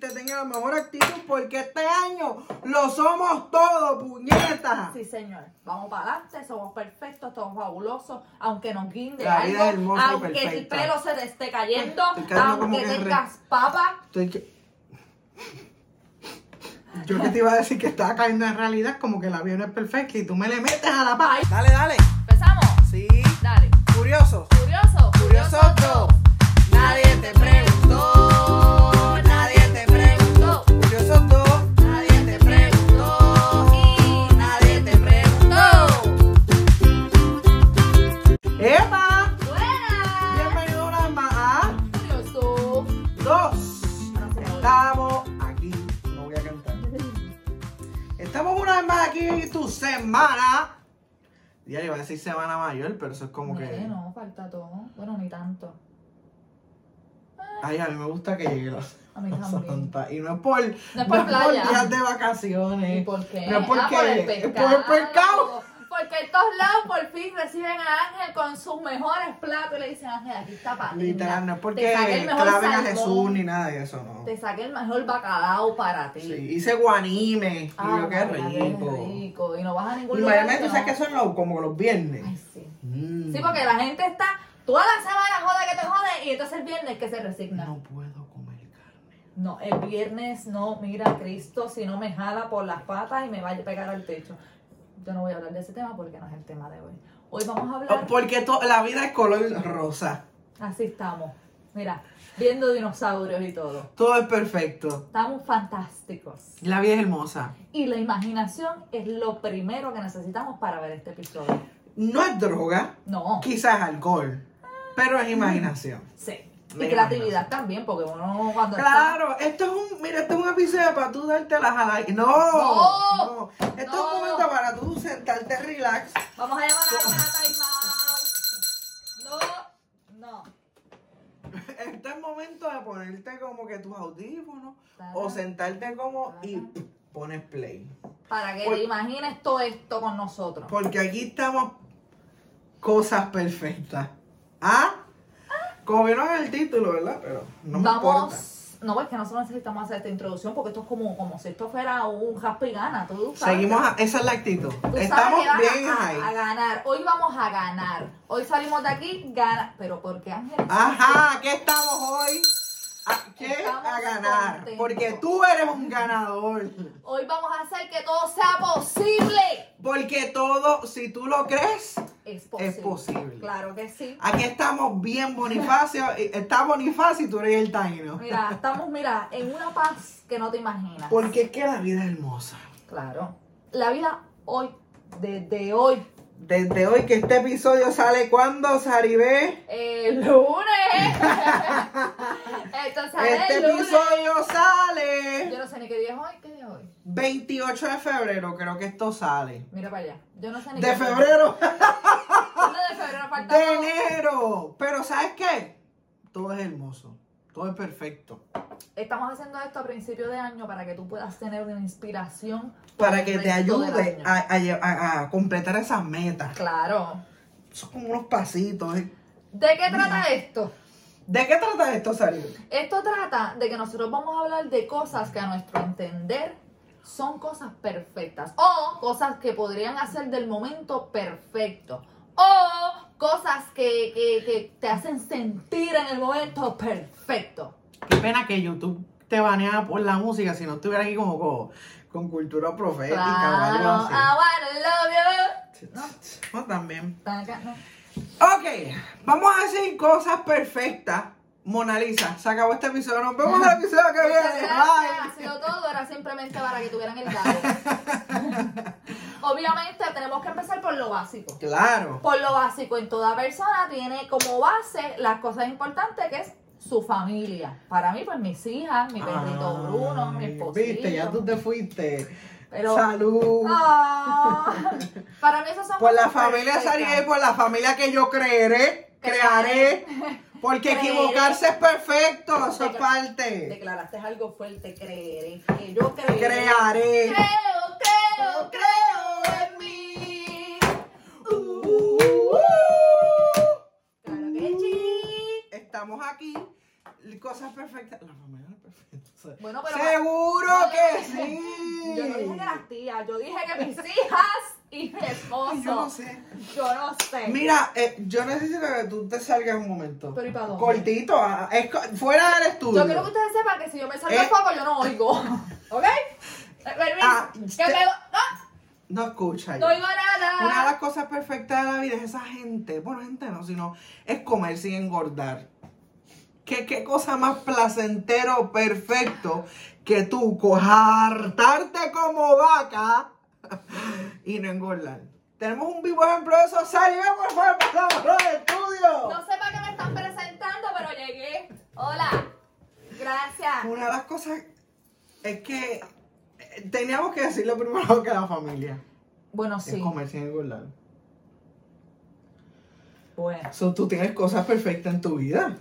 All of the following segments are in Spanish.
tenga la mejor actitud porque este año lo somos todos, puñetas. Sí, señor. Vamos para adelante, somos perfectos, somos fabulosos, aunque nos guinde La vida es algo, hermosa y aunque el perfecta. pelo se te esté cayendo, Estoy cayendo como aunque que re- tengas papas, Estoy que- Yo que te iba a decir que estaba cayendo en realidad como que el avión es perfecto y tú me le metes a la paz. Dale, dale. empezamos. Sí. Dale. Curioso. Curioso, Curioso dos. Nadie te preguntó. Nadie te preguntó. Curioso dos. Nadie te preguntó y nadie te preguntó. ¡Epa! Buenas. Bienvenido una más a Curioso. dos. Estamos aquí. No voy a cantar. Estamos una vez más aquí en tu semana. Ya le iba a decir semana mayor, pero eso es como Mire, que. No, falta todo. Bueno, ni tanto. Ay, a mí me gusta que llegue la A mí Semana también. Santa. Y no es por, no No es por playa. días de ¿Y vacaciones. por qué? No, ¿por Ah, qué? por el Es por pescado. el pescado. Porque en todos lados por fin reciben a Ángel con sus mejores platos y le dicen, Ángel, aquí está para ti. Literal, no es Te porque saqué el mejor claven a salmón, Jesús ni nada de eso, no. Te saqué el mejor bacalao para ti. Ah, Sí, hice guanime. y yo, qué María, rico. rico. Y no vas a ningún Y lugar. mayormente, no. ¿sabes que son los, como los viernes? Ay, sí. Mm. Sí, porque la gente está toda la semana jode que te jode y entonces el viernes que se resigna. No puedo comer carne. No, el viernes no, mira Cristo, si no me jala por las patas y me vaya a pegar al techo. Yo no voy a hablar de ese tema porque no es el tema de hoy. Hoy Ah, vamos a hablar, Oh, Porque to- la vida es color rosa. así estamos, mira, viendo dinosaurios y todo. Todo es perfecto. Estamos fantásticos. La vida es hermosa. Y la imaginación es lo primero que necesitamos para ver este episodio. No es droga, No, quizás alcohol, pero es imaginación. sí. La Y creatividad también, porque uno cuando está... Claro, esto es un, mira, esto es un episodio para tú darte la jala. No, No, no. Esto es no. un momento para tú sentarte relax. Vamos a llamar a la Mata y No, no. Este es el momento de ponerte como que tus audífonos Tara. o sentarte como y Tara. pones play. Para que Por- te imagines todo esto con nosotros. Porque aquí estamos cosas perfectas. ¿Ah? Como vieron en el título, ¿verdad? Pero no me importa. Vamos. No, es que nosotros necesitamos hacer esta introducción porque esto es como, como si esto fuera un jaspe y gana. Tú sabes, Seguimos, a- esa es la actitud. tú sabes Estamos que vas bien a, ahí. a ganar. Hoy vamos a ganar. Hoy salimos de aquí, gana. Pero porque Ángel. Ah. Ajá, ¿qué estamos hoy? ¿A qué? Estamos a ganar. contentos. Porque tú eres un ganador. Hoy vamos a hacer que todo sea posible. Porque todo, si tú lo crees, Es posible. posible. Claro que sí. aquí estamos bien Bonifacio. y- Está Bonifacio y tú eres el taino. Mira, estamos, mira, en una paz que no te imaginas. Porque es que la vida es hermosa. Claro. La vida hoy, desde hoy, Desde hoy que este episodio sale cuando, Saribé. el lunes. Entonces, Este el lunes. episodio sale Yo no sé ni qué día es hoy, qué día es hoy. 28 de febrero, creo que esto sale. Mira para allá. Yo no sé ni De qué día. febrero, Uno de febrero falta de todo. enero. Pero ¿sabes qué? Todo es hermoso, todo es perfecto. Estamos haciendo esto a principio de año para que tú puedas tener una inspiración. por Para el que te resto del ayude año. a, a lle- a- a completar esas metas. Claro. Son como unos pasitos. ¿eh? ¿De qué trata esto? ¿De qué trata esto, Saribé? Esto trata de que nosotros vamos a hablar de cosas que a nuestro entender son cosas perfectas o cosas que podrían hacer del momento perfecto o cosas que, que- que te hacen sentir en el momento perfecto. Qué pena que YouTube te banea por la música si no estuviera aquí como co- con, cultura profética o algo Claro, Ah, así. I wanna love you. No, también. Están acá, ¿no? Ok, vamos a decir cosas perfectas. Mona Lisa, se acabó este episodio. Nos vemos en el episodio que Muchas viene. gracias, ha Bye. sido todo, era simplemente para que tuvieran el dato. Obviamente tenemos que empezar por lo básico. Claro. Por lo básico, en toda persona tiene como base las cosas importantes que es su familia. Para mí, pues mis hijas, mi perrito Ay, Bruno, mi esposo. Ah, Viste, ya tú te fuiste. Pero- Salud. Ah, para mí esas son Por Pues la cosas familia perfectas. Saribé, por la familia que yo creeré, crearé. Porque Creeré. equivocarse es perfecto, eso es Decla- parte. Declaraste algo fuerte, creer. Que yo creeré. Crearé. Creo, creo, creo en mí. Uh, Claro que sí. Estamos aquí. Cosas perfectas. La familia perfecta. Bueno, pero- Seguro No, yo que no dije- sí. Yo no dije que las tías, yo dije que mis hijas y mi esposo. Yo no sé. Yo no sé. Mira, eh, yo necesito que tú te salgas un momento. Pero, ¿y pa' dónde? Cortito, ah, es co- fuera del estudio. Yo quiero que ustedes sepan que si yo me salgo Eh. el foco, yo no oigo. ¿Ok? Eh, Permiso. Ah, que usted- me- No, No escucha. no ya. oigo nada. Una de las cosas perfectas de la vida es esa gente. Bueno, gente no, sino es comer sin engordar. ¿Qué, qué cosa más placentero, perfecto, que tú cojartarte como vaca y no engordar? Tenemos un vivo ejemplo de eso. pues, Salimos por favor, pasamos por el estudio. No sé para qué me están presentando, pero llegué. Hola. Gracias. Una de las cosas es que eh, teníamos que decirlo primero que la familia. Bueno, Es sí. comer sin engordar. Bueno. So, tú tienes cosas perfectas en tu vida.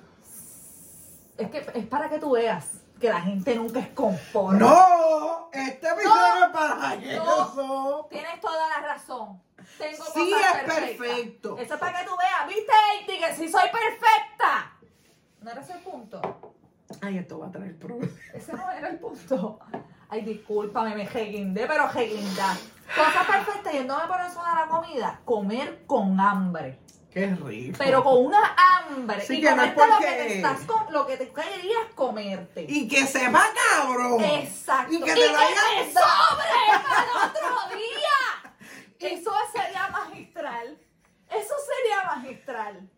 Es que es para que tú veas que la gente nunca es conforme. No, este episodio No. es para eso. Tienes toda la razón. Tengo Sí, cosas es perfectas. perfecto. Eso es para que tú veas. ¿Viste, Eiti? Que sí soy perfecta. No era ese el punto. Ay, esto va a traer problemas. Ese no era el punto. Ay, discúlpame, me reguindé, pero reguindá. Cosas perfectas yéndome por eso a la comida. Comer con hambre. Qué rico. Pero con una hambre. Sí, y que no es comerte lo que porque- te estás com- lo que te querías comerte. Y que se va, cabrón. Exacto. Y que te lo hayan me sobre para el otro día. Eso sería magistral. Eso sería magistral.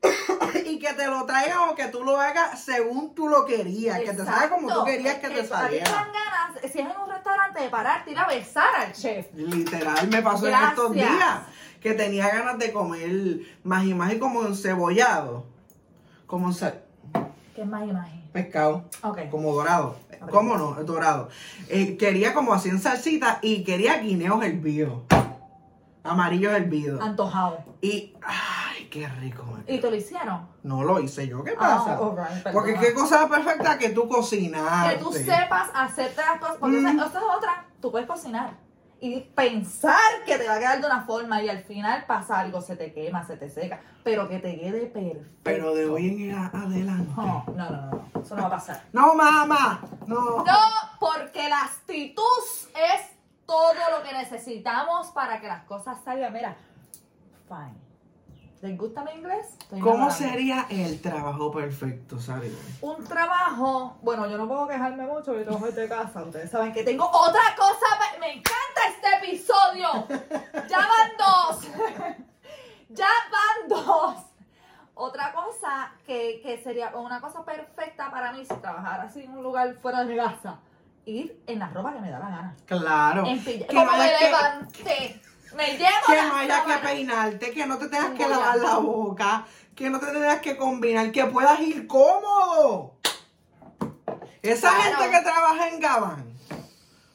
Y que te lo traigan o que tú lo hagas según tú lo querías. Que te salga como tú Exacto. querías que te Eso, a ti te saliera. dan ganas, si es en un restaurante, de pararte, ir a besar al chef. Literal, me pasó en estos Gracias. días que tenía ganas de comer más y más y como encebollado. Como un sa- ¿Qué más imagen? pescado. Ok. como dorado. ¿Cómo no? Dorado. Eh, quería como así en salsita y quería guineos hervidos. Amarillos Ah. hervidos. Antojado. Y, ay, qué rico. man. ¿Y te lo hicieron? No lo hice yo, ¿qué Ah, pasa? alright, perdón. Porque qué cosa perfecta que tú cocinas. Que tú sepas hacer las cosas. Porque esa- Mm. esa es otra. Tú puedes cocinar. Y pensar que te va a quedar de una forma y al final pasa algo, se te quema, se te seca. Pero que te quede perfecto. Pero de hoy en a- adelante. No, no, no, no, no, Eso no va a pasar. No, mamá. No. No, porque la actitud es todo lo que necesitamos para que las cosas salgan. Mira, fine. ¿Les gusta mi inglés? Estoy ¿Cómo enamorada. sería el trabajo perfecto, Sari? Un trabajo. Bueno, yo no puedo quejarme mucho, yo trabajo de casa. Ustedes saben que tengo otra cosa. pa- Me encanta este episodio. Ya van dos. Ya van dos. Otra cosa que, que sería una cosa perfecta para mí si trabajara así en un lugar fuera de mi casa. Ir en la ropa que me da la gana. Claro. En pilla- Que Como no haya me que- levanté. Me llevo que las no haya que sábanas. peinarte, que no te tengas que Voy a- lavar la boca, que no te tengas que combinar, que puedas ir cómodo. Esa Claro. gente que trabaja en Gabán,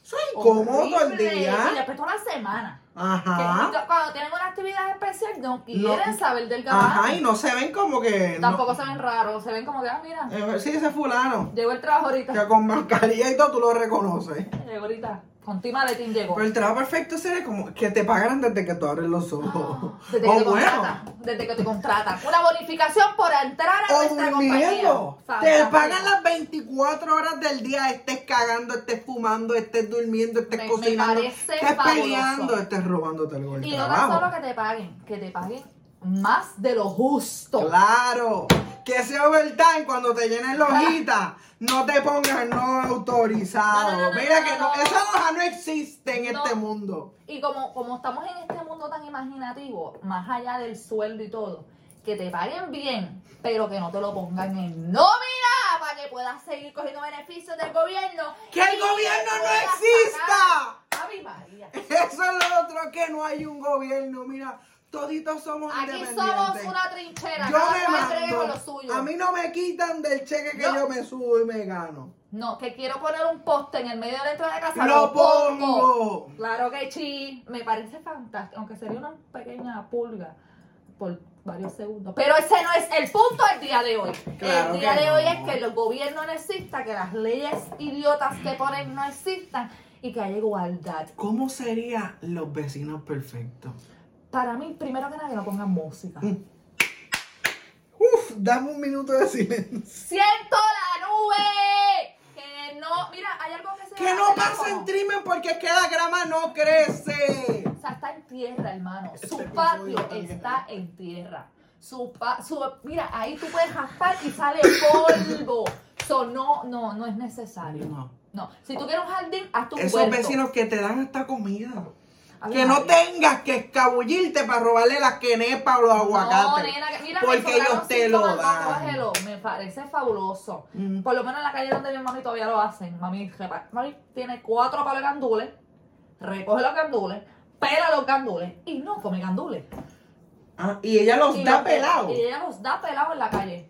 soy cómodo todo el Horrible. Y día. después toda la semana. Ajá. Que cuando tienen una actividad especial no quieren Ah. No. saber del gabán. Ajá, y no se ven como que. no- Tampoco se ven raros, se ven como que, ah, mira, Eh, sí, ese fulano. llegó el trabajo ahorita. Que con mascarilla y todo tú lo reconoces. Llegó ahorita. Con ti maletín llegó. Pero el trabajo perfecto sería como que te pagaran desde que tú abres los ojos. Ah. Desde que, o te oh. bueno, contratan, desde que te contratan. Una bonificación por entrar a o nuestra compañía. durmiendo. Te Fantástico. pagan las 24 horas del día, estés cagando, estés fumando, estés durmiendo, estés Me- me cocinando, parece estés fabuloso. peleando, estés robándote el Y no tan solo trabajo. que te paguen, que te paguen más de lo justo. Claro, que ese overtime cuando te llenes la hojita, no te pongas no autorizado. No, no, no, no, Mira no, que no, no, no. esa hoja no existe en No. este mundo. Y como, como estamos en este mundo tan imaginativo, más allá del sueldo y todo, que te paguen bien, pero que no te lo pongan en nómina para que puedas seguir cogiendo beneficios del gobierno. ¡Que el y gobierno no puedas exista! pagar. ¡Ave María! Eso es lo otro, que no hay un gobierno. Mira, toditos somos Aquí independientes. somos una trinchera, yo cada cual bregue con demando. lo suyo. A mí no me quitan del cheque que No. yo me subo y me gano. No, que quiero poner un poste en el medio de la entrada de casa. Lo pongo. Claro que sí, me parece fantástico, aunque sería una pequeña pulga por varios segundos. Pero ese no es el punto del día de hoy. Claro el día que de no. hoy es que los gobiernos no existan, que las leyes idiotas que ponen no existan y que haya igualdad. ¿Cómo serían los vecinos perfectos? Para mí, primero que nada, que no pongan música. Mm. Uf, dame un minuto de silencio. Siento la nube que no No, mira, hay algo que se Que hace no pasa como- en trimen porque es que la grama no crece. O sea, está en tierra, hermano. Este su episodio patio está bien está grande. en tierra. Su pa- su- mira, ahí tú puedes raspar y sale polvo. So, no, no, no es necesario. No. No. Si tú quieres un jardín, haz tu Esos huerto. vecinos que te dan hasta comida. A ver, Que no María. tengas que escabullirte para robarle las quenepas o los No, aguacates. nena, que- mira, me porque sobraron ellos te cinco lo dan. mangoes, Me parece fabuloso. Mm. Por lo menos en la calle donde mi mami todavía lo hacen. Mami, repa- mami tiene cuatro palos de gandules, recoge los gandules, pela los gandules y no come gandules. Ah, y ella los Y da los- pelados. Y ella los da pelados en la calle.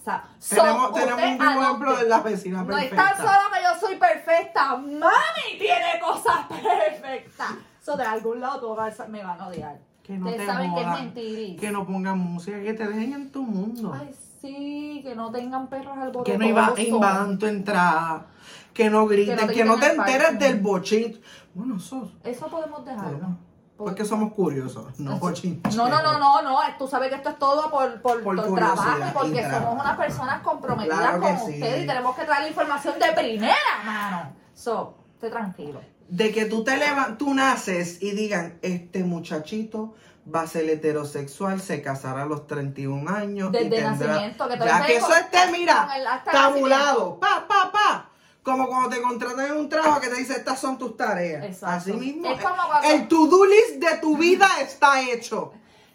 O sea, Tenemos, son- tenemos usted un vivo adopte. ejemplo de la vecina No es perfecta. tan solo que yo soy perfecta, mami tiene cosas perfectas. Eso de algún lado tú vas a- me van a odiar. Que no Ustedes te saben que es jodan, mentiris. Que no pongan música, que te dejen en tu mundo. Ay, sí, que no tengan perros alborotosos. que no iba, invadan tu entrada. Que no griten, que Que no no te, griten en el enteres parque. del bochín. Bueno, sos. Eso podemos dejarlo. Porque somos curiosos, no bochín. No, no, no, no, no. Tú sabes que esto es todo por, por, Por por curiosidad trabajo y y porque trabajo. somos unas personas comprometidas Claro que con sí. ustedes y tenemos que traer información de primera mano. So, esté tranquilo. De que tú te levantas, tú naces y digan, este muchachito va a ser heterosexual, se casará a los 31 años. Desde y tendrá... nacimiento, que te Ya lo que tengo eso esté, mira, con el acta de tabulado. Pa, pa, pa. Como cuando te contratan en un trabajo que te dice, estas son tus tareas. Exacto. Así mismo. Es como cuando- El to-do list de tu vida está hecho.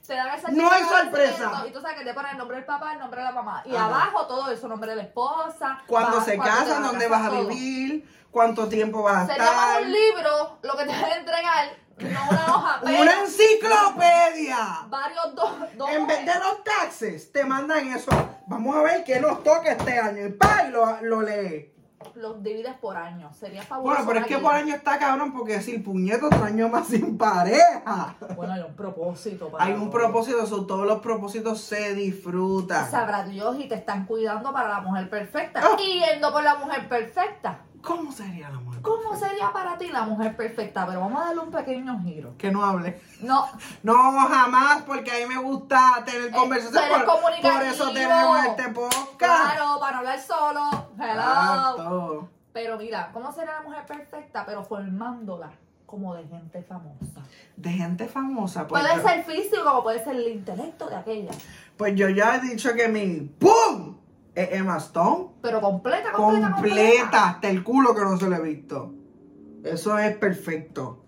Te dan el No hay certificado de sorpresa. nacimiento Y tú sabes que te ponen el nombre del papá, el nombre de la mamá. Y Ajá. abajo todo eso, nombre de la esposa. Cuando vas- se cuándo te casan, vas a dónde casar, vas a todo. vivir, cuánto tiempo vas a Sería más estar. un libro lo que te van a entregar, no una hoja. pero Una enciclopedia. Varios dos. dos En vez de los taxes, te mandan eso. Vamos a ver qué nos toca este año. Y pa, y lo, lo lee. los divides por año. Sería fabuloso. Bueno, pero es una que guía. por año está cabrón, porque decir puñeto otro año más sin pareja. Bueno, hay un propósito. Para Hay un todo. propósito, son todos los propósitos se disfrutan. Sabrá Dios y te están cuidando para la mujer perfecta. Ah. Y yendo por la mujer perfecta. ¿Cómo sería la mujer? ¿Cómo sería para ti la mujer perfecta? Pero vamos a darle un pequeño giro. Que no hable. No, No, jamás, porque a mí me gusta tener Eh, conversación. tú eres Por, comunicativo. por eso tenemos este podcast. claro, para no hablar solo. Hello. Exacto. Pero mira, ¿cómo sería la mujer perfecta? Pero formándola como de gente famosa. De gente famosa. Pues, Puede yo, ser físico como puede ser el intelecto de aquella. pues yo ya he dicho que mi ¡Pum! Es Emma Stone. Pero completa, completa, completa, completa. hasta el culo que no se le ha visto. Eso es perfecto.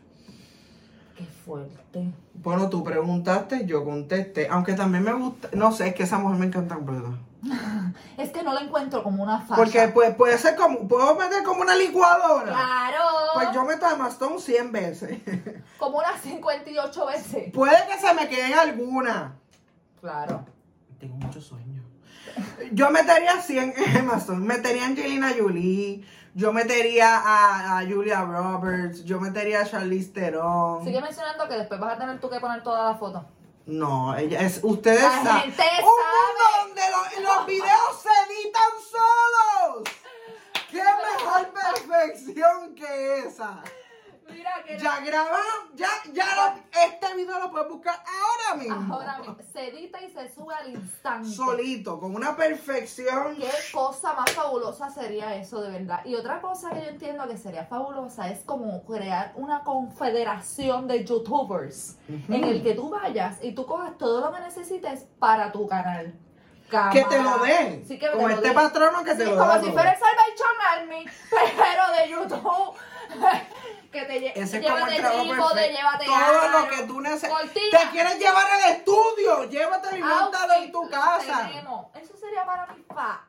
Qué fuerte. Bueno, tú preguntaste, yo contesté. Aunque también me gusta, no sé, es que esa mujer me encanta completa. Es que no la encuentro como una facha. Porque pues, puede, puede ser como, puedo meter como una licuadora. Claro. Pues yo meto a Emma Stone 100 veces. Como unas 58 veces. puede que se me queden algunas. Claro. Tengo muchos sueños. Yo metería 100 en Amazon. Metería a Angelina Jolie. Yo metería a, a Julia Roberts. Yo metería a Charlize Theron. Sigue mencionando que después vas a tener tú que poner todas las fotos. No, ella es. Ustedes La sa- gente Un mundo donde lo- los videos se editan solos. ¡Qué mejor perfección que esa! Mira que Ya grabamos, ya, ya lo- este video lo puedes buscar ahora mismo. ahora mismo se edita y se sube al instante. Solito, con una perfección. Qué cosa más fabulosa sería eso, de verdad. Y otra cosa que yo entiendo que sería fabulosa es como crear una confederación de youtubers en el que tú vayas y tú cojas todo lo que necesites para tu canal. Que te lo Cámara. den. Sí, que te Como lo este den. patrono que te Sí, lo como da si todo. fuera el Salvation Army, pero de YouTube. que te lle Ese es como el llévate trabajo trípode, perfecto. llévate Todo aro, lo que tú necesitas. cortina, Te quieres llevar al estudio. Llévatelo y montalo en tu outfit, casa. tenemos. Eso sería para mí fa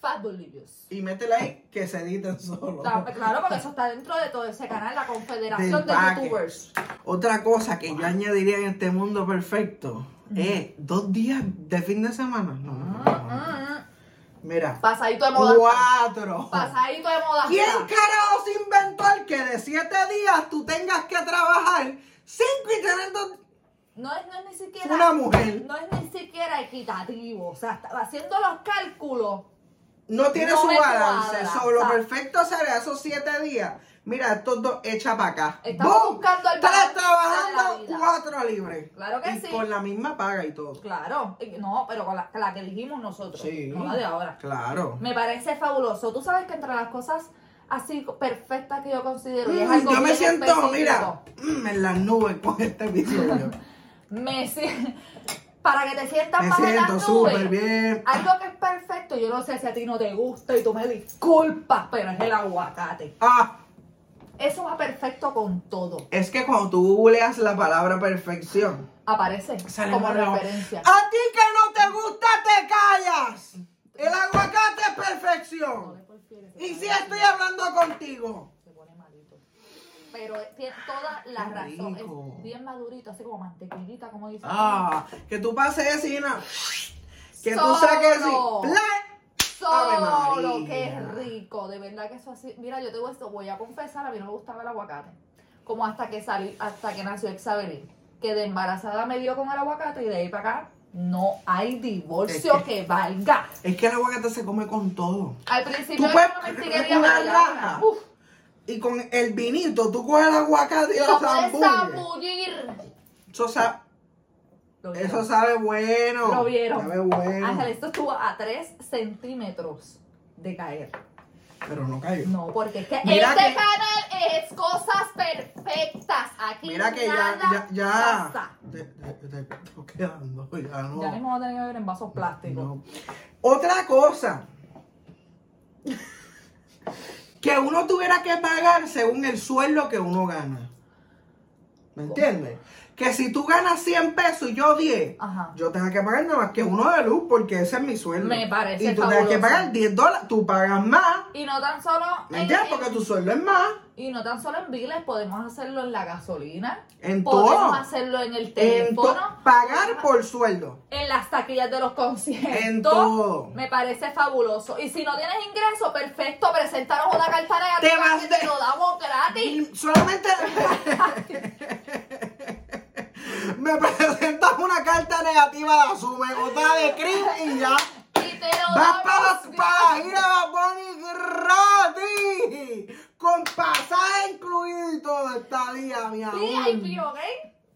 fabulous. Y métela ahí que se editen solo. Está- Claro, porque eso está dentro de todo ese canal, la Del confederación de paque. youtubers. Otra cosa que yo añadiría en este mundo perfecto es dos días de fin de semana. No, no, no, no, no. Mm, Mira, Pasadito de moda. cuatro. Pasadito de moda. ¿Quién carajo se inventó el que de siete días tú tengas que trabajar cinco y tener dos? No es, no es ni siquiera. Una mujer. No es ni siquiera equitativo. O sea, está- haciendo los cálculos. no tiene No su me balance. cuadra, Solo exacto. perfecto sería esos siete días. Mira, estos dos echa para acá. Estamos ¡Bum! buscando el Estás balance de la trabajando vida. cuatro libres. Claro que y sí. Con la misma paga y todo. Claro, y- no, pero con la, la que dijimos nosotros, Sí. no la de ahora. Claro. Mm, Me parece fabuloso. Tú sabes que entre las cosas así perfectas que yo considero, y es Mm, algo pues, yo me bien siento, específico, mira, mm, en las nubes con este episodio. me si- para que te sientas me más en siento las nubes, súper bien. Algo que es perfecto, yo no sé si a ti no te gusta y tú me disculpas, pero es el aguacate. Ah, Eso va perfecto con todo. es que cuando tú googleas la palabra perfección, Aparece sale Ah. como una nueva- referencia. A ti que no te gusta, te callas. El aguacate es perfección. Y si estoy hablando contigo. Se pone malito. Pero tiene toda la Qué razón. rico. Es bien madurito, así como mantequillita, como dice. Ah, que tú pases ese y na- Que tú Solo. saques así. ¡Pla! Ave Solo, María. qué rico. De verdad que eso así. Mira, yo te voy, voy a confesar, a mí no me gustaba el aguacate. Como hasta que salí, hasta que nació Exabelín. Que de embarazada me dio con el aguacate y de ahí para acá no hay divorcio Es que valga. Es que el aguacate se come con todo. Al principio Tú era puedes una coger mentiría una pero ya raja. ahora, uf, Y con el vinito, tú coges el aguacate y lo lo puedes zambulles. zambullir. Eso, sa- Lo eso vieron. sabe bueno. Lo vieron. Sabe bueno. Ángel, esto estuvo a 3 centímetros de caer. Pero no cayó. No, porque es que Mira este que- canal es cosas perfectas. Aquí Mira que ya, nada ya, ya. pasa. Te, te- te estoy quedando, ya no. Ya mismo vamos a tener que ver en vasos plásticos. No. Otra cosa. que uno tuviera que pagar según el sueldo que uno gana. ¿Me entiendes? Que si tú ganas 100 pesos y yo 10, Ajá. yo tengo que pagar nada más que uno de luz porque ese es mi sueldo. Me parece Y tú tengas que fabuloso. pagar 10 dólares, tú pagas más. Y no tan solo ¿Me entiendes? eh, Porque tu sueldo es más. y no tan solo en biles, podemos hacerlo en la gasolina, En podemos todo. hacerlo en el En to- teléfono, pagar por sueldo. en las taquillas de los conciertos. En todo. Me parece fabuloso. Y si no tienes ingreso, perfecto, presentaros una carta Te negativa vas que de- te lo damos gratis. Solamente me presentas una carta negativa de Asume, otra de Cris y ya. Y te lo Mm. Vas para, damos gratis. para la gira Bad Bunny gratis. Con pasaje incluido y todo esta día, mi amor. VIP, ¿ok?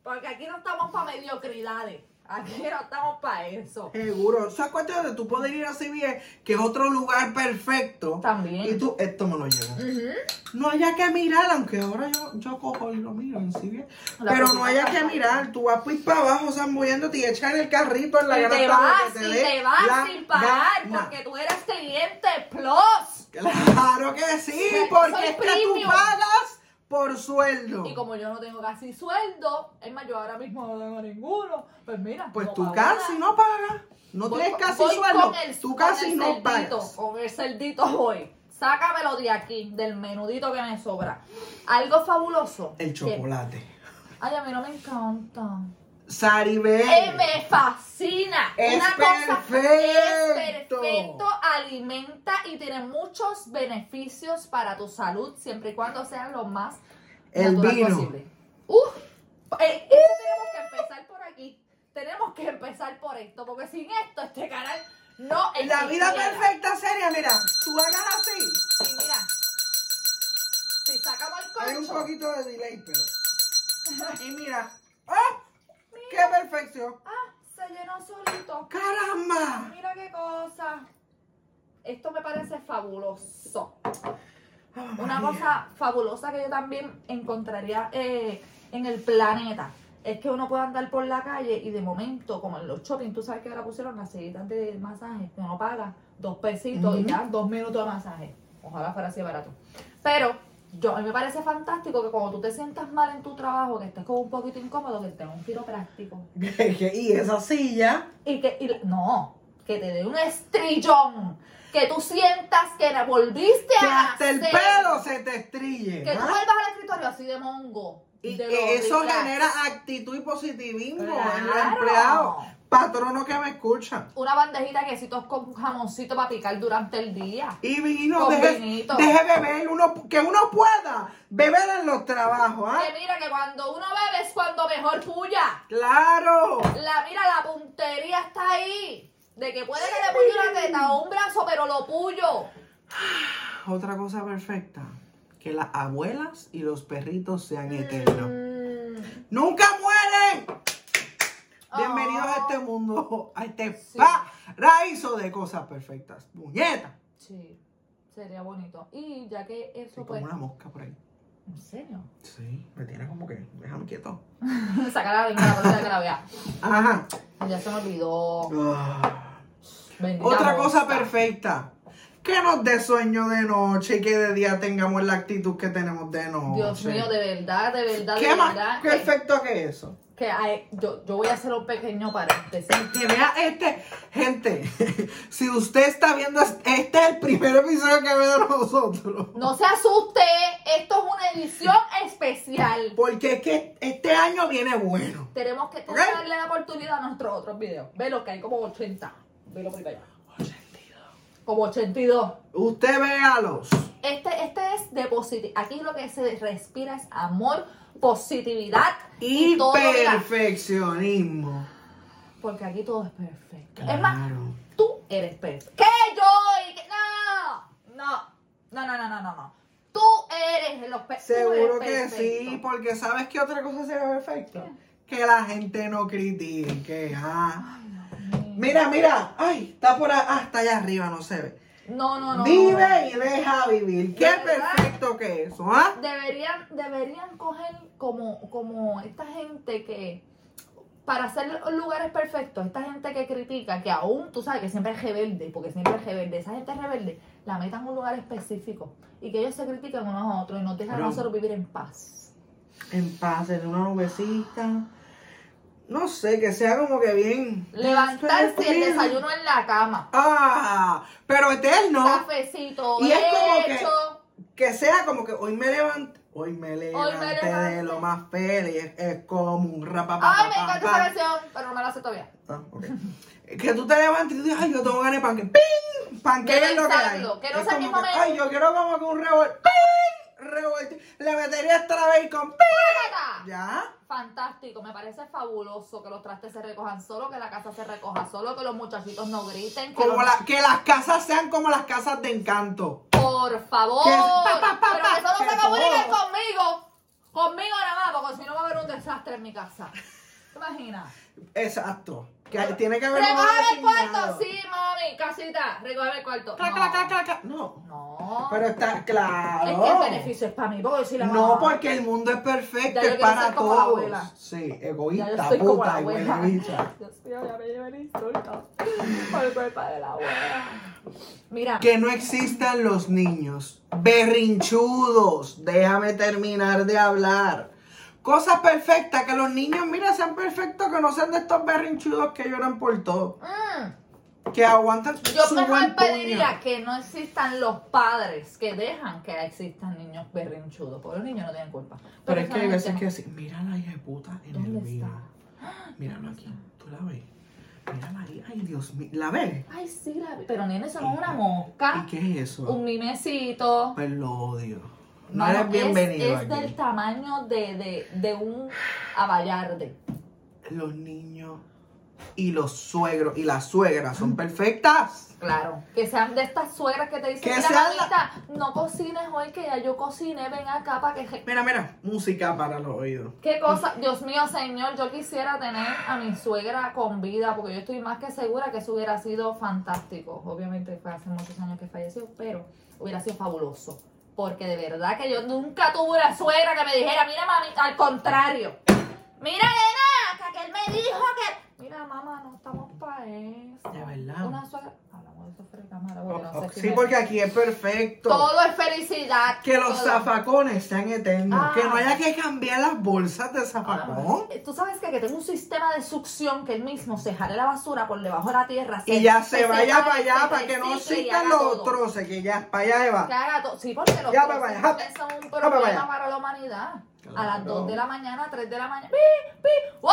Porque aquí no estamos para mediocridades. Aquí no estamos para eso. Seguro. Eso es cuestión de tú poder ir a CBS, que es otro lugar perfecto. También. Y tú, esto me lo llevo. No haya que mirar, aunque ahora yo, yo cojo y lo miro en CBS. La Pero no próxima haya que casa. mirar. Tú vas pues para abajo zambullándote y echar el carrito en la Y grata te donde vas, te y dé te vas la sin pagar, gana. porque tú eres cliente plus. Claro que sí, Yo porque soy es que tú premium. pagas por sueldo. Y como yo no tengo casi sueldo, es más, yo ahora mismo no tengo ninguno, pues mira. Pues no tú pago nada. casi no pagas. No Voy tienes con- casi voy sueldo. con el- Tú con casi el no cerdito, pagas. Con el cerdito voy. Sácamelo de aquí, del menudito que me sobra. Algo fabuloso. El que- chocolate. Ay, a mí no me encanta. Saribel. Eh, me fascina. Es Una cosa es perfecto. perfecto, alimenta y tiene muchos beneficios para tu salud, siempre y cuando sea lo más El natural vino. posible. Uf, eh, esto tenemos que empezar por aquí. Tenemos que empezar por esto, porque sin esto este canal no es La vida perfecta seria, mira, tú hagas así. mira, si sacamos el Hay un corcho, poquito de delay, pero. Y mira. ¡Ah! ¡Qué perfección! ah, se llenó solito. ¡Caramba! Mira qué cosa. Esto me parece fabuloso. Una cosa fabulosa que yo también encontraría eh, en el planeta es que uno puede andar por la calle y de momento, como en los shopping, tú sabes que ahora pusieron las sillitas de masaje, que uno paga dos pesitos y Ujú. ya dos minutos de masaje. Ojalá fuera así de barato. Pero yo, a mí me parece fantástico que cuando tú te sientas mal en tu trabajo, que estés como un poquito incómodo, que tengas un quiropráctico. y esa silla. Y que, y- no, que te dé un estrillón. Que tú sientas que la volviste Que a hasta el hacer. pelo se te estrille. Que tú ¿ah? vuelvas al escritorio así de mongo. Y de que lo eso relax. genera actitud y positivismo en los Claro. empleados. Patronos que me escuchan. Una bandejita de quesitos con jamoncito para picar durante el día. Y vino, Con deje, vinito. deje beber, uno, que uno pueda beber en los trabajos. ¿ah? Que mira que cuando uno bebe es cuando mejor puya. ¡Claro! La mira, la puntería está ahí. De que puede que le puyo una teta o un brazo, pero lo puyo. Otra cosa perfecta, que las abuelas y los perritos sean eternos. Mm. ¡Nunca mueren! Oh. Bienvenidos a este mundo, a este Sí. paraíso de cosas perfectas. ¡Muñeta! Sí, sería bonito. Y ya que Y eso como pues... una mosca por ahí. ¿En serio? Sí, me tiene como que, déjame quieto. Sacar la venga, la bolsa que la vea. Ajá. Ya se me olvidó. Ah. Bendita Otra cosa mosca. perfecta. Que nos dé sueño de noche y que de día tengamos la actitud que tenemos de noche. Dios mío, de verdad, de verdad, ¿Qué de más verdad. eh? perfecto que eso? que- que hay- yo, yo voy a hacer un pequeño paréntesis. Que vea este, gente, si usted está viendo, es- este es el primer episodio que ve de nosotros. No se asuste, esto es una edición especial. Porque es que este año viene bueno. Tenemos que Ok. darle la oportunidad a nuestros otros videos. Ve lo que hay como 80. Velo por allá. Como 82. Usted véalos. Este, este es de positividad. Aquí lo que se respira es amor, positividad Y todo mira, perfeccionismo. Porque aquí todo es perfecto. Es más, Claro. tú eres perfecto. ¿Qué yo? ¿Y qué? No, no, no, no, no, no, no, no. Tú eres los perfectos. Seguro que sí, porque ¿sabes qué otra cosa sería perfecta? Que la gente no critique. ah. Mira, mira. Ay, está por a- ah, está allá arriba, no se ve. No, no, no. Vive y deja vivir. Qué De verdad. perfecto que es eso, ¿ah? Deberían, deberían coger como, como esta gente que. Para hacer lugares perfectos, esta gente que critica, que aún tú sabes que siempre es rebelde, porque siempre es rebelde, esa gente rebelde, la metan en un lugar específico y que ellos se critican unos a otros y nos dejan a Claro. nosotros vivir en paz. En paz, en una nubecita. No sé, que sea como que bien. Levantarse el desayuno en la cama, Ah, pero eterno. cafecito, Y es como que- hecho. que sea como que hoy me levanté, hoy me levanté levanté. de lo más feliz, es, es como un rapapá. Ay, me encanta esa canción, pero no me la sé todavía. Ah, Que tú te levantes y tú dices, ay, yo tengo ganas de panque. ¡Ping! Panqueque es lo que hay. Pensando, que no Es sea el como mismo que, menú. Ay, yo quiero como que un revuelto. ¡Ping! Revuelto. Le metería extra bacon. ¡Ping! ¿Ya? Fantástico, me parece fabuloso que los trastes se recojan solo, que la casa se recoja solo, que los muchachitos no griten. Que Como los- la- que las casas sean como las casas de encanto. Por favor. Que es- pa, pa, pa, pero pa, que solo que se comuniquen todo. conmigo. Conmigo nada más, porque si no va a haber un desastre en mi casa. ¿Te imaginas? Exacto. Que hay- tiene que haber un Recógeme el designado. cuarto. Sí, mami, casita. Recógeme el cuarto. Clac, No. clac, clac, clac, clac. No. No. Pero está claro. Es que el beneficio es para mí, porque si la No, mamá- porque el mundo es perfecto, Ya yo es quiero para ser como la todos. abuela. Sí, Ya yo egoísta, estoy como la puta, abuela. egoísta. Dios mío, ya me llevan insultos por culpa de la abuela. Mira, Que no existan los niños. Berrinchudos. Déjame terminar de hablar. Cosas perfectas, que los niños, mira, sean perfectos, que no sean de estos berrinchudos que lloran por todo. mm, Que aguantan yo su mejor buen pediría puño. que no existan los padres que dejan que existan niños berrinchudos, porque los niños no tienen culpa. Pero es que hay eso no veces tema. que así, mira la hija de puta en el ¿Dónde video. está? Míralo aquí, tú la ves. Mira María, ay Dios mío, ¿la ves? Ay, sí, la... pero nene, eso no es una mosca, ¿Y qué es eso? Ah, un mimecito. Pues lo odio. No Mano, eres bienvenido Es, es aquí. del tamaño de, de, de un aballarde. Los niños y los suegros y las suegras son perfectas. Claro, que sean de estas suegras que te dicen, Que mira sean la- mamita, no cocines hoy que ya yo cociné, ven acá para que... je-". Mira, mira, música para los oídos. Qué cosa, Dios mío, señor, yo quisiera tener a mi suegra con vida, porque yo estoy más que segura que eso hubiera sido fantástico. Obviamente fue hace muchos años que falleció, pero hubiera sido fabuloso. Porque de verdad que yo nunca tuve una suegra que me dijera, mira mami, al contrario. Mira, nena, que aquel me dijo que... Mira, mamá, no estamos para eso. De verdad. Oh, Una suegra... Hablamos de eso fuera de cámara, porque no sé Sí, quién es. porque aquí es perfecto. Todo es felicidad. Que los todo. zafacones sean eternos. Ah. Que no haya que cambiar las bolsas de Ah, zafacón. Tú sabes que, que tengo un sistema de succión que él mismo se jale la basura por debajo de la tierra. y ya que se vaya para pare, allá, se para que no recicle y existan haga los todo. troces, que ya para allá se Que va. haga todo. Sí, porque los Ya troces para allá, siempre son un para allá. problema para la humanidad. A las Claro. 2 de la mañana, 3 de la mañana. ¡Pi, pi! ¡Wow!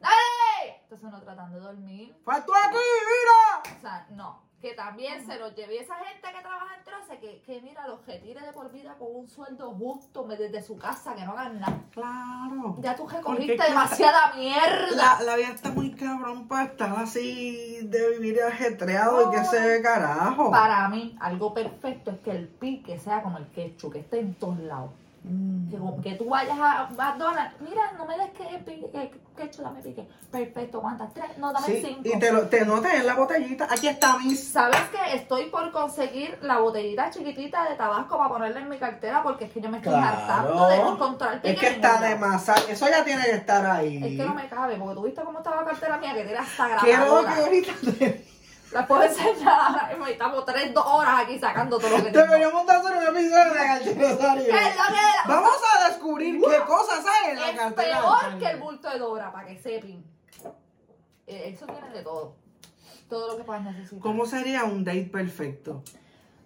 ¡Dale! Entonces uno tratando de dormir. ¡Faltó aquí, mira! O sea, no. Que también se los lleve y esa gente que trabaja en troce, que, que mira, los retire de por vida con un sueldo justo desde su casa, que no hagan nada. Claro. Ya tú Porque recogiste es que demasiada mierda. La, la vida está muy cabrón para estar así de vivir ajetreado y que se ve carajo. Para mí, algo perfecto es que el pique sea como el ketchup, que esté en todos lados. Mm. Que, como que tú vayas a McDonald's, mira, no me des que pique, que ketchup, dame pique. Perfecto, ¿cuántas? Tres, no, dame Sí, cinco. y te, lo, te notas en la botellita. Aquí está mis. ¿Sabes que Estoy por conseguir la botellita chiquitita de tabasco para ponerla en mi cartera porque es que yo me estoy hartando de no encontrar pique es que en está ningún de lado. masa. Eso ya tiene que estar ahí. Es que no me cabe, porque tú viste cómo estaba la Pues cartera mía, que era hasta Quiero que grabadora. ahorita te- La puedo enseñar ahora mismo y estamos tres, dos horas aquí sacando todo lo que tengo. deberíamos de hacer un episodio de ¿Qué cartera es lo que era? Vamos a descubrir qué cosas hay en la es cartera. de peor Sandra. que el bulto de Dora, para que sepan. Eh, eso tiene de todo. Todo lo que puedas necesitar. ¿Cómo sería un date perfecto?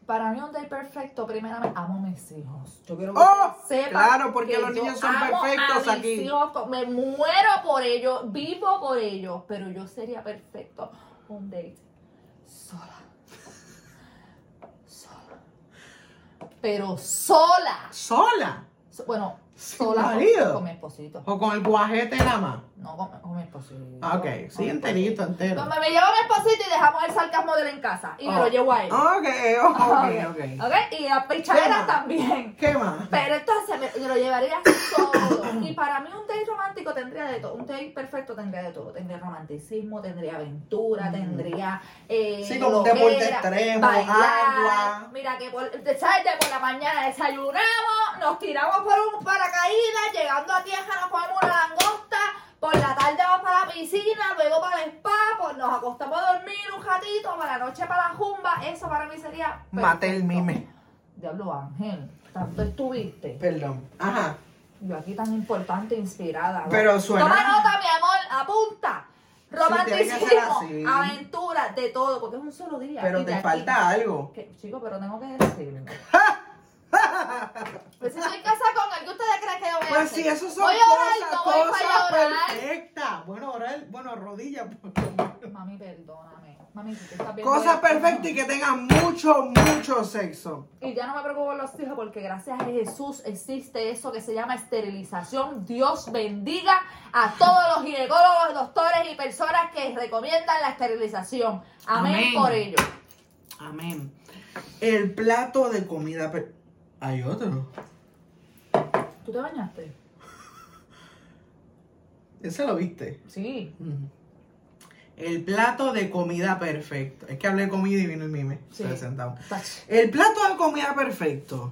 Para mí un day perfecto, primeramente, amo a mis hijos. Yo quiero que ¡Oh! ustedes sepan Claro, porque que los yo niños son amo perfectos a mis aquí. hijos con- me muero por ellos, vivo por ellos, pero yo sería perfecto un date sola. Sola. Pero sola. ¿Sola? So- Bueno, Sin sola con- marido. con, mi esposito. ¿O con el guajete en la mano? No, con, con mi esposito. Ah, ok. Con Sí, mi enterito, esposito. entero. No, me, me llevo a mi esposito y dejamos el sarcasmo de él en casa. Y me lo llevo a él. Oh. Ok, ok, Ok, ok. ok, y las Tema. pichaderas también. ¿Qué más? Pero entonces me, yo lo llevaría todo. Y para mí un date romántico tendría de todo. Un date perfecto tendría de todo. Tendría romanticismo, tendría aventura, tendría... Eh, Mm. Sí, como un deporte loquera, extremo, agua. Mira, que por, te- ¿sabes? De por la mañana desayunamos, nos tiramos por un paracaídas, llegando a tierra nos comemos una langosta, por la tarde vamos para la piscina, luego para el spa, pues nos acostamos a dormir un ratito, para la noche para la jumba. Eso para mí sería... Mate el perfecto. mime. Diablo Ángel, tanto estuviste. Perdón. Ajá. Yo aquí tan importante, inspirada. ¿no? Pero suena- Toma nota, mi amor, apunta. tiene que Romanticismo, ser así. aventura, de todo, porque es un solo día. Pero Y de te aquí- falta algo. que- chico, pero tengo que decirlo. pues si estoy casada con él, ¿qué ustedes creen que yo voy a Pues hacer? sí, eso son Voy a orar, cosas, no voy cosas para llorar. perfectas. Bueno, oral, bueno, rodilla. por favor. Mami, perdóname. Mami, si tú estás viendo Cosas esto, perfectas y que tengan mucho, mucho sexo. Y ya no me preocupo por los hijos porque gracias a Jesús existe eso que se llama esterilización. Dios bendiga a todos los ginecólogos, doctores y personas que recomiendan la esterilización. Amén, Amén. por ello. Amén. El plato de comida. per- Hay otro. ¿Tú te bañaste? Ese lo viste. Sí, Ujú. El plato de comida perfecto. Es que hablé de comida y vino el mime. Sí. Se sentamos. Tach. El plato de comida perfecto.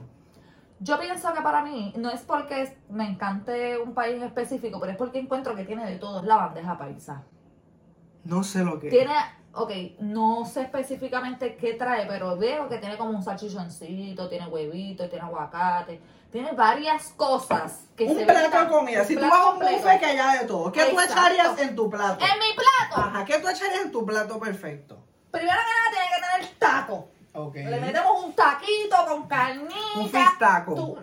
Yo pienso que para mí, no es porque es- me encante un país en específico, pero es porque encuentro que tiene de todo, es la bandeja paisa. No sé lo que. Tiene, ok, no sé específicamente qué trae, pero veo que tiene como un salchichoncito, tiene huevito, tiene aguacate, tiene varias cosas que un se plato ven- de comida. un Si tú plato vas a un completo. buffet que haya de todo, ¿qué tú Exacto. echarías en tu plato? En mi plato, Ajá, ¿qué tú echarías en tu plato perfecto? primero que nada tiene que tener taco. Ok. Le metemos un taquito con carnita. Un fish taco. Tú-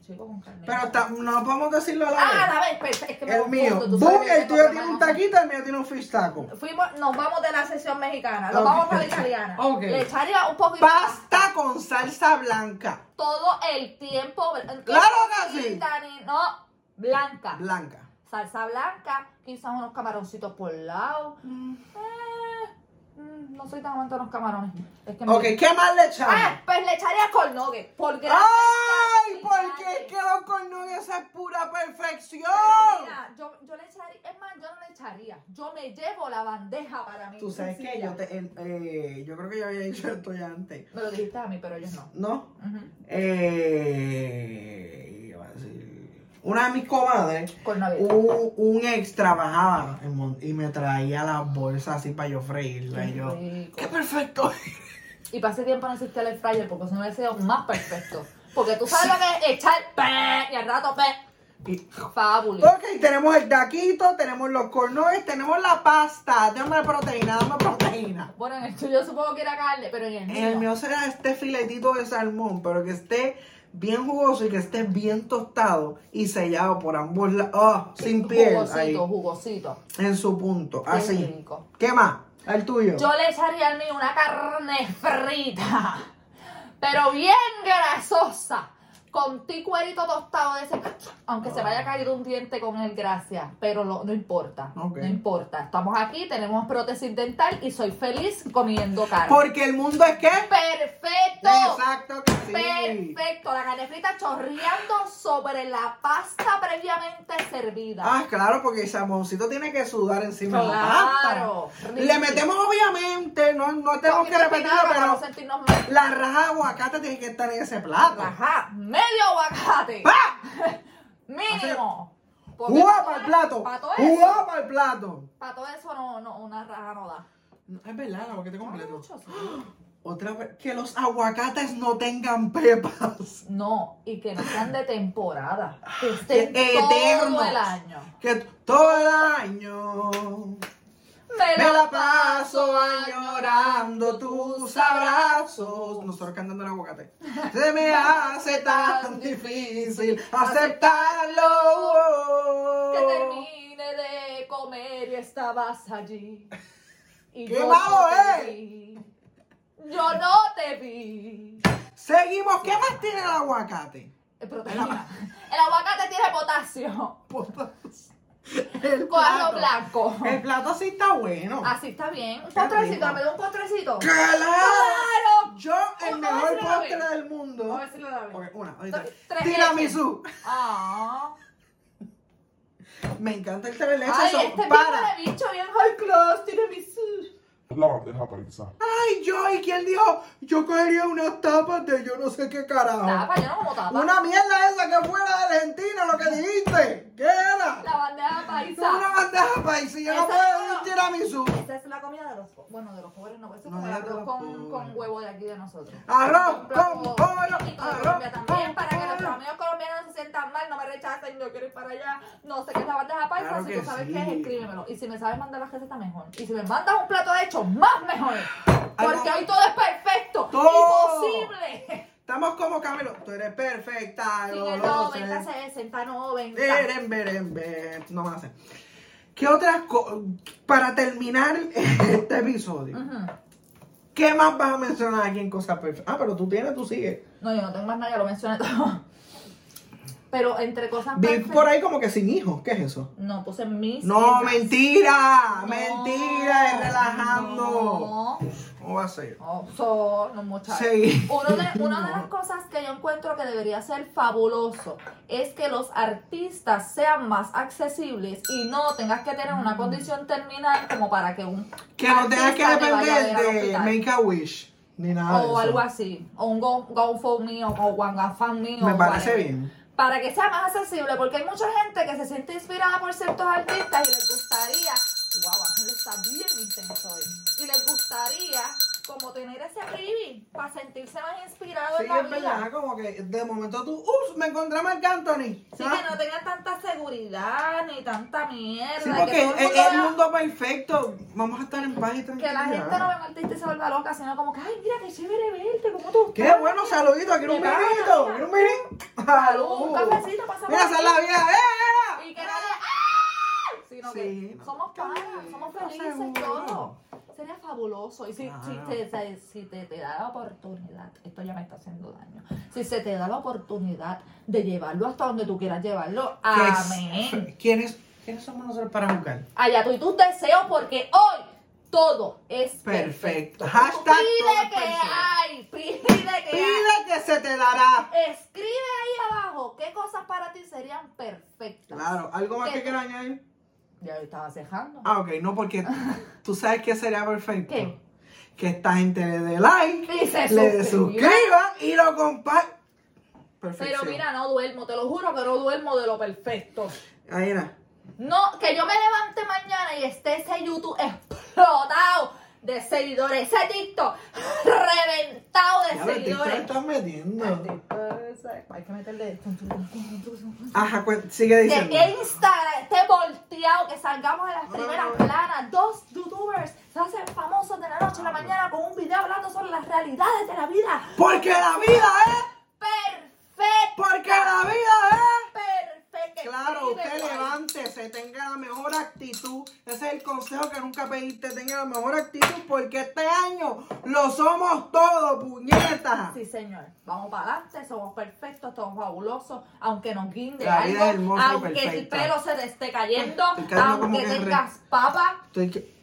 Chico, con carnita. Pero está- no podemos decirlo a la Ah, vez. a ver, espera, es que me El confundo, mío. tú Boom, sabes que el tengo tuyo tiene problemas un con- taquito, el mío tiene un fish taco. Fuimos, nos vamos de la sesión mexicana, nos Ok. vamos para la italiana. Ok. Le echaría un poquito de Pasta con salsa blanca. todo el tiempo. Claro Claro que sí. No, blanca. Blanca. Salsa blanca, quizás unos camaroncitos por lado. Mm. Eh, mm, no soy tan amante de los camarones. Es que me- Ok, ¡Ah, ¿qué más le Ah, echamos? pues le echaría con nugget, por gracia. ¡Ay! Fíjate. Porque es que los cornudes es pura perfección. Mira, yo, yo le echaría, es más, yo no le echaría. Yo me llevo la bandeja para mí. Tú sabes que yo te. el- eh, yo creo que yo había dicho esto ya antes. Me lo dijiste a mí, pero ellos no. ¿No? Ujú. Eh, iba a decir, una de mis comadres, Con nugget. un, un ex trabajaba en Mon- y me traía las bolsas así para yo freírla. Qué Y yo, rico. ¡qué perfecto! Y para ese tiempo no existía el air fryer porque eso no hubiera sido más perfecto. Porque tú sabes lo que es echar ¡pam! y al rato ¡pam! Y- Fabulous. ok, tenemos el taquito, tenemos los cornoes, tenemos la pasta. Dame proteína, dame proteína. Bueno, en el tuyo supongo que era carne, pero en el mío. El mío será este filetito de salmón, pero que esté bien jugoso y que esté bien tostado y sellado por ambos lados. sin piel. Jugosito, ahí, jugosito. en su punto. Qué Así. rico. ¿Qué más? Al tuyo. Yo le echaría al mío una carne frita, pero bien grasosa, con ti cuerito tostado de ese, aunque se me haya caído un diente con él, gracias, pero lo- no importa, Ok. no importa. Estamos aquí, tenemos prótesis dental y soy feliz comiendo carne. Porque el mundo es que. Perfecto. Exacto que sí. Perfecto, la carne frita chorreando sobre la pasta previamente servida. Ah, claro, porque el salmoncito tiene que sudar encima de la Claro, pasta. rico. Le metemos, obviamente, no, no Un tenemos que poquito de repetirlo, espinaca para no pero sentirnos mal. la raja de aguacate tiene que estar en ese plato. Ajá, medio aguacate. ¡Pah! Mínimo. Porque ¡Jugá pa' Ah, para el plato! pa' todo eso, ¡Jugá para el plato! pa' todo eso no, no, una raja no da. No, Es verdad, el aguacate No, completo. mucho, sí. Otra vez, que los aguacates no tengan pepas. No, y que no sean de temporada. Que estén Que todo eternos. el año. Que t- todo el año me la paso añorando tus abrazos. Nosotros cantando el aguacate. Se me hace tan difícil aceptarlo. Que termine de comer y estabas allí. Y ¡Qué yo malo no es! te vi. Yo no te vi. Seguimos. ¿Qué más tiene el aguacate? Eh, proteína. El aguacate tiene potasio. El plato. Cuadro blanco. Ah, El plato sí está bueno. Así está bien. Un Está postrecito, Eh, rico. me da un postrecito. ¡Claro! Yo, el Vamos a mejor decirlo a la postre vez. del mundo. Vamos a decirlo a la vez. Ok, una, ahorita. Tres- tres Tiramisú. Ah. Me encanta el tres leches. Ay, son- este para. tipo de bicho bien high class tiene mi sur. La deja paralizar. Ay, yo, ¿y quién dijo? Yo cogería unas tapas de yo no sé qué carajo. Tapa, yo no como tapa. Una mierda esa que fuera de Argentina, lo que dijiste. ¿Qué era? La bandeja paisa. Una bandeja paisa. Yo no Esa- puedo un tiramisú. Esa es la comida de los po- bueno de los pobres no, eso es No, como el de los arroz con, pobres. con huevo de aquí de nosotros. Arroz con Por ejemplo, pollo, y todo de arroz Colombia también con para que nuestros pollo. amigos colombianos no se sientan mal, no me rechacen, yo quiero ir para allá, no sé qué es la bandeja paisa, Claro si que tú sabes sí. qué es, escríbemelo. Y si me sabes mandar la receta mejor. Y si me mandas un plato hecho, más mejor. Porque Algo- hoy todo es perfecto, Todo. imposible. Estamos como Camilo. Tú eres perfecta. Sin yo el lo 90, sé. 60, 90. Beren, beren, beren. No me hace. ¿Qué otras cosas? Para terminar este episodio, Ujú. ¿qué más vas a mencionar aquí en Cosas Perfectas? Ah, pero tú tienes, tú sigues. No, yo no tengo más nada, ya lo mencioné todo. Pero entre cosas Vi perfectas- por ahí como que sin hijos. ¿Qué es eso? No, puse mis. No, hijas. mentira. No, mentira. Es relajando. No. ¿Cómo va a ser? Oh, so, no, muchachos. Sí. Uno de- una de las No. cosas que yo encuentro que debería ser fabuloso es que los artistas sean más accesibles y no tengas que tener una condición terminal como para que un Mm. Que no tengas que artista te vaya a ver al depender de hospital. Make a Wish. Ni nada. de o eso. algo así, o un Go- GoFundMe o, o OneGoFundMe Me o parece whatever. bien. para que sea más accesible, porque hay mucha gente que se siente inspirada por ciertos artistas y les gustaría, wow, Ángel está bien intenso hoy, y les gustaría como tener ese freebie para sentirse más inspirado Sí, en la es vida. verdad, como que de momento tú, ups, me encontré a Marc Anthony. Sí, Ah. que no tenga tanta seguridad ni tanta mierda. Sí, que porque todo el es mundo el vea- mundo perfecto. Vamos a estar en paz y Que tranquilidad. la gente no ve al artista y se vuelva loca, sino como que, ay, mira, qué chévere verte, como tú Qué estás". bueno, saludito, aquí un De nada, mirito, mira. quiero un mirito. Salud, un Salud. cafecito, pasa Mira, por esa es la aquí. vieja, eh. Y que nadie. ¡Ah! Sino Sí, que no. somos panas, somos felices, Seguro. todo. Sería fabuloso. Y si, Claro. si te, te- si te, te da la oportunidad, esto ya me está haciendo daño. Si se te da la oportunidad de llevarlo hasta donde tú quieras llevarlo, amén. ¿Quiénes, ¿Quiénes somos nosotros para jugar? Allá tú y tus deseos, porque hoy todo es Perfecto. perfecto. Hashtag Tú todo pide es que perfecto. hay, pide que hay. Pide que se te dará. Escribe ahí abajo qué cosas para ti serían perfectas. Claro, ¿algo más ¿Qué? que quieras añadir? Ya yo estaba cejando. Ah, ok, no, porque tú sabes que sería perfecto. ¿Qué? Que esta gente le dé like, Y se le suscriba. suscriba y lo comparta. Pero Perfecto. mira, no duermo, te lo juro que no duermo de lo perfecto. Ahí era. No, que yo me levante mañana y esté ese YouTube explotado de seguidores, ese TikTok reventado de Ya ves, TikTok seguidores. estás metiendo. Hay que meterle esto. Ajá, cuen- sigue Que diciendo. Instagram esté volteado, que salgamos de las No, primeras no, no. planas. Dos youtubers se hacen famosos de la noche a la mañana con un video hablando sobre las realidades de la vida. Porque la vida es. Perfecto. Porque la vida es. Perfecto. Claro, usted Escribe, guay. levántese, tenga la mejor actitud. Ese es el consejo que nunca pediste. Tenga la mejor actitud porque este año lo somos todos, puñetas. Sí, señor. Vamos para adelante, somos perfectos, somos fabulosos, aunque nos guinde La vida algo, es hermosa y aunque el perfecta. pelo se te esté cayendo, Estoy cayendo como aunque que re- tengas papa. Estoy que-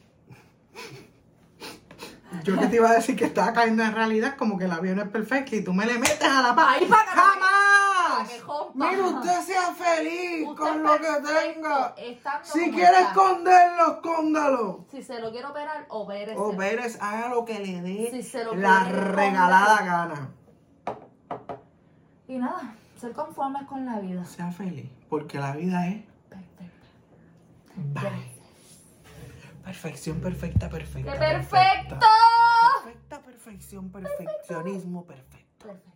Yo que te iba a decir que estaba cayendo en realidad como que el avión es perfecto y tú me le metes a la paz. Ahí para que- para ¡Jamás! que rompa. Mira, usted sea feliz Usted con es lo que perfecto, tenga. estando Si como quiere está. esconderlo, escóndalo. Si se lo quiero operar, opérese. O Pérez haga lo que le dé Si se lo la quiere comer. regalada gana. Y nada, ser conformes con la vida. Sea feliz, porque la vida es Perfecto. bye. Perfección perfecta, perfecta. ¡Qué perfecto! Perfecta perfección, perfeccionismo perfecto. Perfecto.